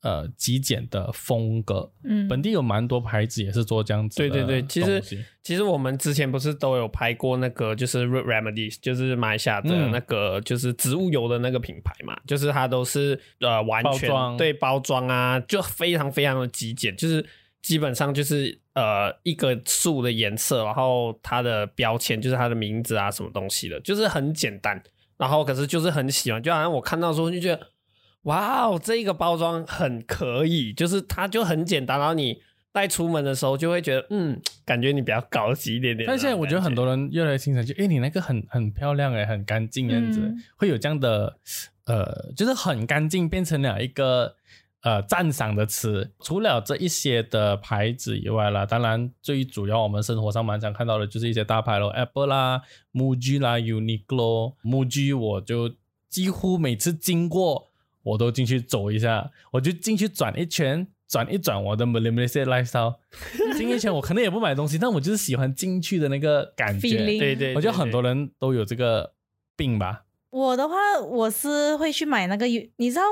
[SPEAKER 1] 呃极简的风格。
[SPEAKER 3] 嗯，
[SPEAKER 1] 本地有蛮多牌子也是做这样子的
[SPEAKER 2] 对对对，
[SPEAKER 1] 东
[SPEAKER 2] 其
[SPEAKER 1] 西
[SPEAKER 2] 实其实我们之前不是都有拍过那个，就是 Root Remedies，就是马来西亚的
[SPEAKER 1] 嗯
[SPEAKER 2] 那个就是植物油的那个品牌嘛，就是它都是呃完
[SPEAKER 1] 包
[SPEAKER 2] 全
[SPEAKER 1] 装
[SPEAKER 2] 对包装啊，就非常非常的极简，就是基本上就是呃一个树的颜色，然后它的标签就是它的名字啊什么东西的，就是很简单，然后可是就是很喜欢，就好像我看到的时候就觉得。哇哦，这个包装很可以，就是它就很简单，然后你带出门的时候就会觉得，嗯，感觉你比较高级一点啊点。
[SPEAKER 1] 但现在我觉得很多人越来越欣赏，就诶，你那个很很漂亮诶，很干净这样子，
[SPEAKER 3] 嗯
[SPEAKER 1] 会有这样的呃，就是很干净变成了一个呃赞赏的词。除了这一些的牌子以外啦，当然最主要我们生活上蛮常看到的就是一些大牌咯，Apple 啦、MUJI 啦、Uniqlo、MUJI，我就几乎每次经过我都进去走一下，我就进去转一圈。转一转我的 minimalist lifestyle，进一圈我可能也不买东西，但我就是喜欢进去的那个感觉。
[SPEAKER 3] Feeling
[SPEAKER 2] 对对，
[SPEAKER 1] 我觉得很多
[SPEAKER 2] 人
[SPEAKER 1] 人都有这个病吧，
[SPEAKER 3] 我的话，我是会去买那个，你知道。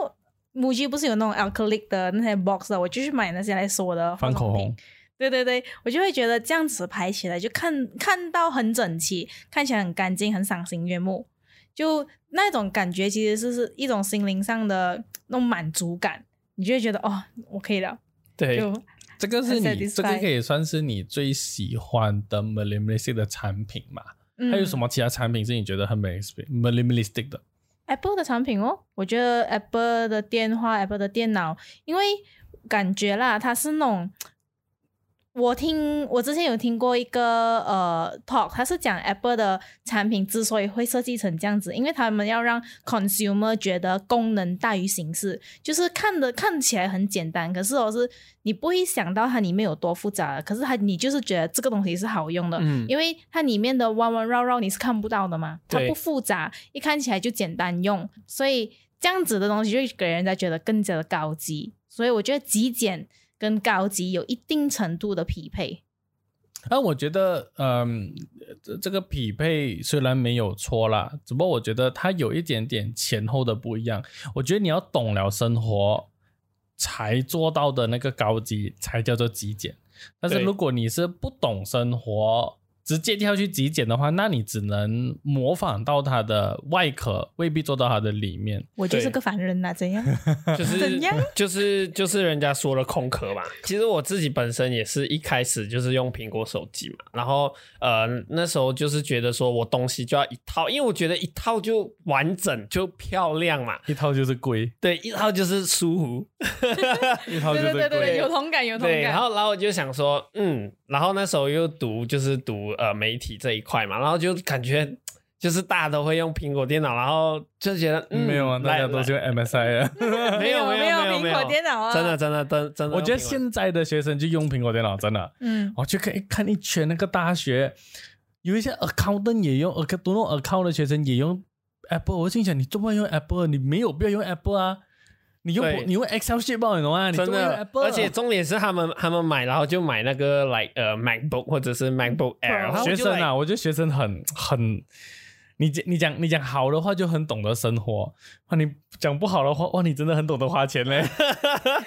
[SPEAKER 3] 母鸡不是有那种 alcoholic 的那些 box 啊的，我就去买那些来收我的化
[SPEAKER 1] 放
[SPEAKER 3] 妆
[SPEAKER 1] 口
[SPEAKER 3] 品
[SPEAKER 1] 红。
[SPEAKER 3] 对对对，我就会觉得这样子排起来，就看看到很整齐，看起来很干净，很赏心悦目，就那种感觉其实是是一种心灵上的那种满足感，你就会觉得哦，我可以了，
[SPEAKER 2] 对
[SPEAKER 3] 就
[SPEAKER 1] 这个是
[SPEAKER 3] 很
[SPEAKER 1] 你
[SPEAKER 3] satisfied
[SPEAKER 1] 这个可以算是你最喜欢的 minimalistic 的产品嘛？还有什
[SPEAKER 3] 么
[SPEAKER 1] 么其他产品是你觉得很 minimalistic- minimalistic 的？
[SPEAKER 3] Apple 的产品哦，我觉得 Apple 的电话、Apple 的电脑，因为感觉啦，它是那种。我听我之前有听过一个呃 talk，他是讲 Apple 的产品之所以会设计成这样子，因为他们要让 consumer 觉得功能大于形式，就是看的看起来很简单，可是我是你不会想到它里面有多复杂，可是它你就是觉得这个东西是好用的，
[SPEAKER 2] 嗯
[SPEAKER 3] 因为它里面的弯弯绕绕你是看不到的嘛，它
[SPEAKER 2] 对
[SPEAKER 3] 不复杂，一看起来就简单用，所以这样子的东西就给人家觉得更加的高级。所以我觉得极简跟高级有一定程度的匹配。
[SPEAKER 1] 啊，我觉得，嗯，这这个匹配虽然没有错啦，只不过我觉得它有一点点前后的不一样。我觉得你要懂了生活，才做到的那个高级，才叫做极简。但是
[SPEAKER 2] 对
[SPEAKER 1] 如果你是不懂生活，直接跳去极简的话，那你只能模仿到它的外壳，未必做到它的里面。
[SPEAKER 3] 我就是
[SPEAKER 2] 对
[SPEAKER 3] 个凡人呐、怎样？
[SPEAKER 2] 就是
[SPEAKER 3] 怎样
[SPEAKER 2] 就是就是人家说了空壳嘛。其实我自己本身也是一开始就是用苹果手机嘛，然后呃那时候就是觉得说我东西就要一套，因为我觉得一套就完整就漂亮嘛，
[SPEAKER 1] 一套就是贵，
[SPEAKER 2] 对，一套就是舒 服，
[SPEAKER 1] 一
[SPEAKER 2] 哦
[SPEAKER 1] 套就是贵。
[SPEAKER 2] 对有
[SPEAKER 3] 同感，有
[SPEAKER 2] 对，然后然后我就想说，嗯，然后那时候又读就是读呃媒体这一块嘛，然后就感觉。就是大家都会用苹果电脑，然后就觉得、嗯、
[SPEAKER 1] 没有啊，大家
[SPEAKER 2] 来
[SPEAKER 1] 都是用 MSI 啊。
[SPEAKER 2] 来没有
[SPEAKER 3] 没
[SPEAKER 2] 有没有
[SPEAKER 3] 苹果电脑啊，
[SPEAKER 2] 真的真的真真的用苹果，
[SPEAKER 1] 我觉得现在的学生就用苹果电脑，真的。
[SPEAKER 3] 嗯，
[SPEAKER 1] 我去看一看一圈那个大学，有一些 accountant 也用 account 读那种 account 的学生也用 Apple，我心想你做么用 Apple？你啊没有必要用 Apple 啊，你用
[SPEAKER 2] 对
[SPEAKER 1] 你用 Excel sheet 吧，你懂吗？你
[SPEAKER 2] 真
[SPEAKER 1] 做么用
[SPEAKER 2] 的，
[SPEAKER 1] Apple？啊
[SPEAKER 2] 而且重点是他们他们买，然后就买那个 like 呃 MacBook 或者是 MacBook Air，然后我就
[SPEAKER 1] 学生
[SPEAKER 2] like-
[SPEAKER 1] 啊，我觉得学生很很，你讲你讲你讲好的话就很懂得生活，哇，你讲不好的话，哇，你真的很懂得花 钱嘞。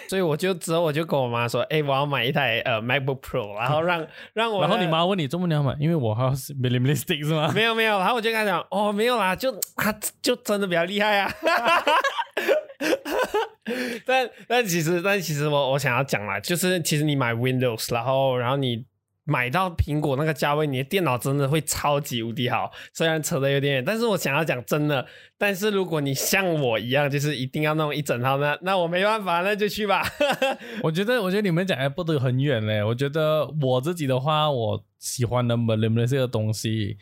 [SPEAKER 2] 所以我就之后我就跟我妈说，哎，我要买一台呃 MacBook Pro，然后让让我
[SPEAKER 1] 然
[SPEAKER 2] 的，
[SPEAKER 1] 后你妈问你做么你要买，因为我还要 minimalistic 是 吗？
[SPEAKER 2] 没有没有，然后我就跟她讲，哦没有啦，就她就真的比较厉害啊。 但但其实但其实我我想要讲啦，就是其实你买 Windows，然后然后你买到苹果那个价位，你的电脑真的会超级无敌好。虽然扯得有点远，但是我想要讲真的，但是如果你像我一样，就是一定要弄一整套，那那我没办法，那就去吧。
[SPEAKER 1] 我觉得，我觉得你们讲 Apple 都很远嘞。我觉得我自己的话，我喜欢的 minimalistic 的东西，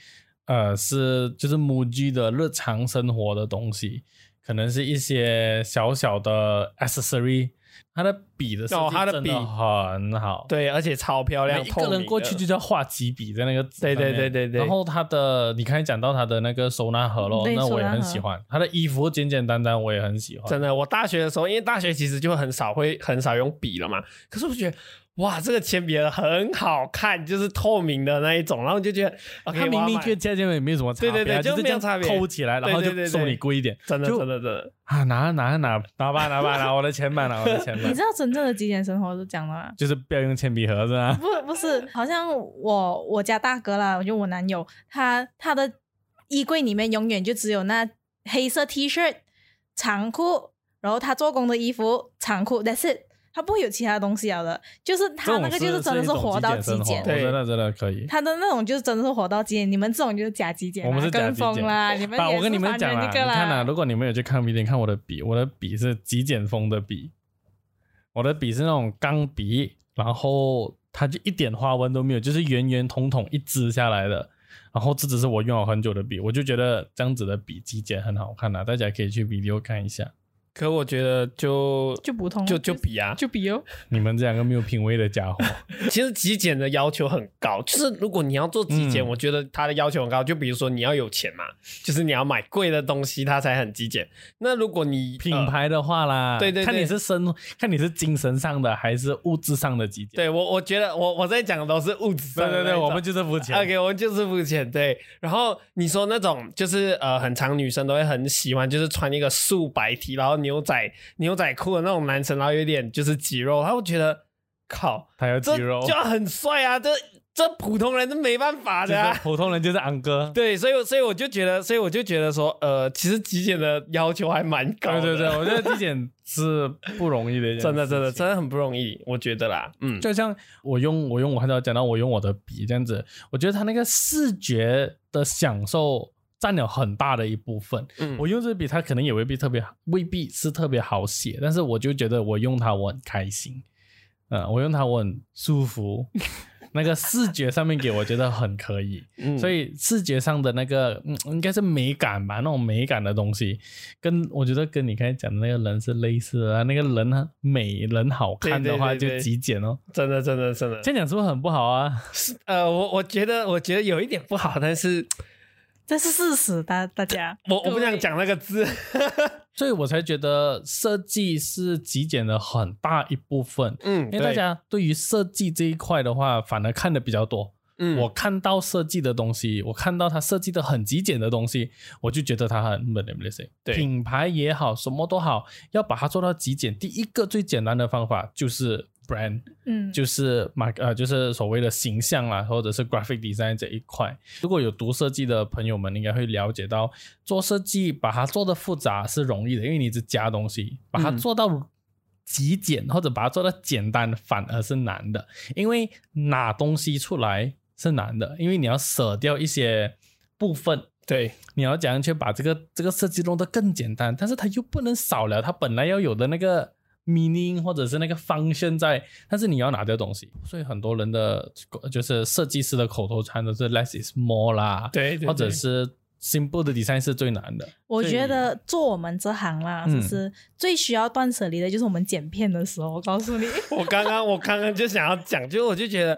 [SPEAKER 1] 呃，是就是 MUJI 的日常生活的东西，可能是一些小小的 accessory。它的笔的设
[SPEAKER 2] 哦
[SPEAKER 1] 计
[SPEAKER 2] 它的
[SPEAKER 1] 真
[SPEAKER 2] 笔
[SPEAKER 1] 很好，
[SPEAKER 2] 对，而且超漂亮，
[SPEAKER 1] 每一个人过去就叫画几笔在那个纸
[SPEAKER 2] 对对
[SPEAKER 1] 上面
[SPEAKER 2] 对对对
[SPEAKER 1] 然后他的，你刚才讲到他的那个收纳盒咯，
[SPEAKER 3] 嗯对
[SPEAKER 1] 那我也很
[SPEAKER 3] 收纳盒
[SPEAKER 1] 喜欢。他的衣服简简单单，我也很喜欢。
[SPEAKER 2] 真的，我大学的时候，因为大学其实就很少会很少用笔了嘛，可是我觉得。哇，这个铅笔盒很好看，就是透明的那一种，然后就觉得，OK，
[SPEAKER 1] 啊他哦明
[SPEAKER 2] 我要
[SPEAKER 1] 明
[SPEAKER 2] 买
[SPEAKER 1] 跟价钱也没有什么差别啊，
[SPEAKER 2] 对对对
[SPEAKER 1] 就
[SPEAKER 2] 就是
[SPEAKER 1] 这
[SPEAKER 2] 没有
[SPEAKER 1] 样
[SPEAKER 2] 差别
[SPEAKER 1] 抠起来，然后
[SPEAKER 2] 对
[SPEAKER 1] 就
[SPEAKER 2] 对对
[SPEAKER 1] 收你贵一点，
[SPEAKER 2] 真的
[SPEAKER 1] 就
[SPEAKER 2] 真的真的，
[SPEAKER 1] 啊，拿拿拿拿吧拿吧拿，我的钱吧拿我的钱吧
[SPEAKER 3] 你，知道真正的极简生活是讲的吗？
[SPEAKER 1] 就是不要用铅笔盒是吧？
[SPEAKER 3] 不不是，好像我我家大哥啦，就我男友，他他的衣柜里面永远就只有那黑色 T 恤、长裤，然后他做工的衣服、长裤，that's it，他不会有其他东西了的，就是
[SPEAKER 1] 这
[SPEAKER 3] 他
[SPEAKER 1] 种
[SPEAKER 3] 那
[SPEAKER 1] 是
[SPEAKER 3] 个就是真的
[SPEAKER 1] 是一种
[SPEAKER 3] 活到
[SPEAKER 1] 极生
[SPEAKER 3] 极
[SPEAKER 1] 活
[SPEAKER 3] 简。
[SPEAKER 1] 我
[SPEAKER 2] 对
[SPEAKER 1] 真的真的可以。
[SPEAKER 3] 他的那种就是真的是活到极简，你们这种就是假极简啦，啊
[SPEAKER 1] 我们是假
[SPEAKER 3] 跟
[SPEAKER 1] 极简
[SPEAKER 3] 风啦，你们
[SPEAKER 1] 爸，
[SPEAKER 3] 也
[SPEAKER 1] 我跟你
[SPEAKER 3] 是
[SPEAKER 1] 们
[SPEAKER 3] 凡
[SPEAKER 1] 讲
[SPEAKER 3] 人
[SPEAKER 1] 啦，
[SPEAKER 3] 一
[SPEAKER 1] 你
[SPEAKER 3] 个
[SPEAKER 1] 看啊啦，
[SPEAKER 3] 啦
[SPEAKER 1] 如果你们有去看 VT，你看我的笔，我的笔是极简风的笔，我的笔是那种钢笔，然后它就一点花纹都没有，就是圆圆筒筒一支下来的。然后这只是我用了很久的笔，我就觉得这样子的笔极简很好看啦，大家可以去 video 看一下。
[SPEAKER 2] 可我觉得就
[SPEAKER 3] 就普通，
[SPEAKER 2] 就就笔啊，
[SPEAKER 3] 就比哦，
[SPEAKER 1] 你们这两个没有品味的家伙，
[SPEAKER 2] 其实极简的要求很高，就是如果你要做极简，
[SPEAKER 1] 嗯
[SPEAKER 2] 我觉得它的要求很高。就比如说你要有钱嘛，就是你要买贵的东西，它才很极简。那如果你
[SPEAKER 1] 品、
[SPEAKER 2] 呃
[SPEAKER 1] 牌的话啦，
[SPEAKER 2] 对对对
[SPEAKER 1] 看你是生，看你是精神上的还是物质上的极简。
[SPEAKER 2] 对我我觉得我我在讲的都是物质上
[SPEAKER 1] 对
[SPEAKER 2] 的
[SPEAKER 1] 对对，
[SPEAKER 2] 那一种
[SPEAKER 1] 我们就是肤浅。
[SPEAKER 2] OK，我们就是肤浅对。然后你说那种就是呃，很长女生都会很喜欢，就是穿一个素白 T，然后牛仔牛仔裤的那种男生，然后有点就是肌肉，然后我觉得靠，
[SPEAKER 1] 还有
[SPEAKER 2] 这
[SPEAKER 1] 肌肉，
[SPEAKER 2] 就很帅啊，这这普通人是没办法的、
[SPEAKER 1] 就是
[SPEAKER 2] 啊。
[SPEAKER 1] 普通人就是昂哥。
[SPEAKER 2] 对，所以我所以我就觉得，所以我就觉得说，呃，其实极简的要求还蛮高的，
[SPEAKER 1] 对对对，我觉得极简是不容易的一件事情，
[SPEAKER 2] 真的真的真的很不容易，我觉得啦，嗯，
[SPEAKER 1] 就像我用我用我很早讲到我用我的笔这样子，我觉得它那个视觉的享受占了很大的一部分。
[SPEAKER 2] 嗯
[SPEAKER 1] 我用这笔，它可能也未必特别，未必是特别好写，但是我就觉得我用它我很开心，嗯，我用它我很舒 服，那个视觉上面给我觉得很可以。
[SPEAKER 2] 嗯
[SPEAKER 1] 所以视觉上的那个，嗯，应该是美感吧，那种美感的东西，跟我觉得跟你刚才讲的那个人是类似的、啊。那个人啊美人好看的话
[SPEAKER 2] 对对对嗯
[SPEAKER 1] 就
[SPEAKER 2] 对
[SPEAKER 1] 极简哦，
[SPEAKER 2] 真的真的真的
[SPEAKER 1] 这，样讲是不是很不好啊？
[SPEAKER 2] 呃，我我觉得我觉得有一点不好，但是
[SPEAKER 3] 这是事实，大 大家。
[SPEAKER 2] 我我不想
[SPEAKER 3] 对
[SPEAKER 2] 讲那个字。
[SPEAKER 1] 所以我才觉得设计是极简的很大一部分，
[SPEAKER 2] 嗯，
[SPEAKER 1] 因为大家对于设计这一块的话，反而看的比较多。
[SPEAKER 2] 嗯
[SPEAKER 1] 我看到设计的东西，我看到它设计的很极简的东西，我就觉得它很 minimalistic。
[SPEAKER 2] 对
[SPEAKER 1] 品牌也好，什么都好，要把它做到极简，第一个最简单的方法就是 brand，
[SPEAKER 3] 嗯，
[SPEAKER 1] 就是马呃，就是所谓的形象啦，或者是 graphic design 这一块。如果有读设计的朋友们，应该会了解到，做设计把它做的复杂是容易的，因为你只加东西，把它
[SPEAKER 2] 嗯
[SPEAKER 1] 做到极简、或者把它做到简单，反而是难的，因为拿东西出来是难的，因为你要舍掉一些部分，
[SPEAKER 2] 对，
[SPEAKER 1] 你要怎样去把这个这个设计弄得更简单，但是它又不能少了它本来要有的那个 meaning 或者是那个 function 在，但是你要拿掉东西，所以很多人的就是设计师的口头禅都是 less is more 啦，
[SPEAKER 2] 对，对
[SPEAKER 1] 或者
[SPEAKER 2] 对
[SPEAKER 1] 是 simple 的 design 是最难的，
[SPEAKER 3] 我
[SPEAKER 1] 所以
[SPEAKER 3] 觉得做我们这行啦，
[SPEAKER 1] 嗯
[SPEAKER 3] 就是最需要断舍离的，就是我们剪片的时候。我告诉你，
[SPEAKER 2] 我刚刚我刚刚就想要讲，就我就觉得，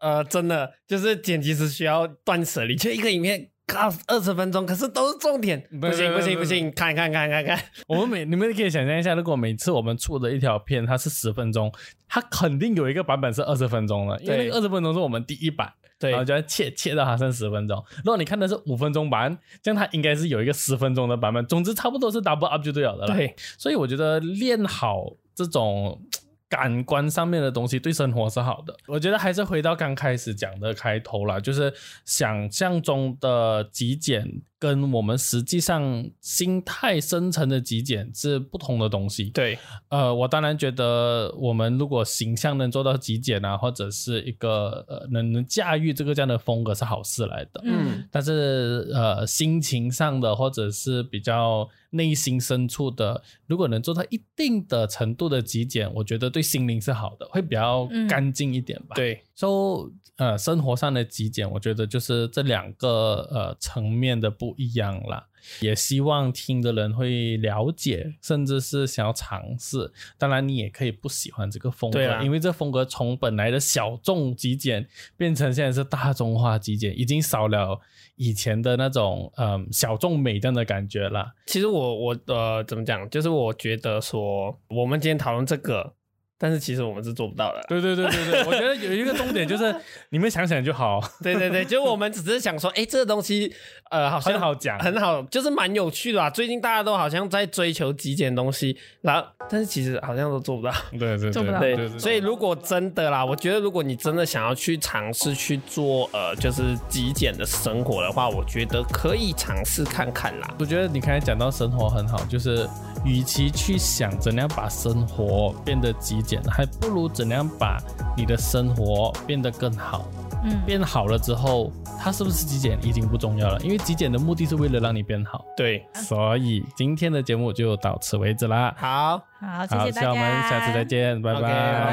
[SPEAKER 2] 呃，真的就是剪辑师需要断舍离，就一个影片。靠二十分钟，可是都是重点，
[SPEAKER 1] 不
[SPEAKER 2] 不行
[SPEAKER 1] 不
[SPEAKER 2] 不行
[SPEAKER 1] 不
[SPEAKER 2] 不行！看看看看看，
[SPEAKER 1] 我们每你们可以想象一下，如果每次我们出的一条片它是十分钟，它肯定有一个版本是二十分钟的，因为那
[SPEAKER 2] 对
[SPEAKER 1] 个二十分钟是我们第一版。
[SPEAKER 2] 对
[SPEAKER 1] 然后就要切切到它剩十分钟。如果你看的是五分钟版，这样它应该是有一个十分钟的版本。总之差不多是 double up 就对了的啦。，
[SPEAKER 2] 对，
[SPEAKER 1] 所以我觉得练好这种嘖感官上面的东西，对生活是好的。我觉得还是回到刚开始讲的开头啦，就是想象中的极简跟我们实际上心态深层的极简是不同的东西。
[SPEAKER 2] 对
[SPEAKER 1] 呃，我当然觉得，我们如果形象能做到极简啊，或者是一个呃能能驾驭这个这样的风格是好事来的。
[SPEAKER 3] 嗯
[SPEAKER 2] 嗯，
[SPEAKER 1] 但是呃，心情上的或者是比较内心深处的，如果能做到一定的程度的极简，我觉得对心灵是好的，会比较
[SPEAKER 3] 嗯
[SPEAKER 1] 干净一点吧。
[SPEAKER 2] 对，
[SPEAKER 1] so 呃，生活上的极简，我觉得就是这两个呃层面的不一样啦。也希望听的人会了解，甚至是想要尝试。当然，你也可以不喜欢这个风格
[SPEAKER 2] 对，啦
[SPEAKER 1] 因为这风格从本来的小众极简变成现在是大众化极简，已经少了以前的那种嗯、小众美这样的感觉啦。
[SPEAKER 2] 其实我我呃怎么讲，就是我觉得说我们今天讨论这个，但是其实我们是做不到的啦。
[SPEAKER 1] 对对对对对，我觉得有一个重点就是 你们想想就 好，
[SPEAKER 2] 对对对，就我们只是想说，哎，这个东西呃好像
[SPEAKER 1] 很好讲。
[SPEAKER 2] 很好，就是蛮有趣的啊。最近大家都好像在追求极简东西，然后但是其实好像都做不到。
[SPEAKER 1] 对对
[SPEAKER 3] 做不到
[SPEAKER 1] 对
[SPEAKER 3] 对
[SPEAKER 1] 对，对
[SPEAKER 2] 所以如果真的啦，我觉得如果你真的想要去尝试去做呃，就是极简的生活的话，我觉得可以尝试看看啦。
[SPEAKER 1] 我觉得你刚才讲到生活很好，就是与其去想怎样把生活变得极简，还不如怎样把你的生活变得更好。
[SPEAKER 3] 嗯，
[SPEAKER 1] 变好了之后，它是不是极简已经不重要了，因为极简的目的是为了让你变好。
[SPEAKER 2] 对，
[SPEAKER 3] 啊
[SPEAKER 1] 所以今天的节目就到此为止啦。
[SPEAKER 2] 好。
[SPEAKER 3] 好，谢
[SPEAKER 1] 好，
[SPEAKER 3] 谢大
[SPEAKER 1] 希
[SPEAKER 3] 家，
[SPEAKER 1] 望我们下次再，见，拜拜，
[SPEAKER 2] OK，
[SPEAKER 3] 拜
[SPEAKER 2] 拜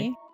[SPEAKER 3] 拜。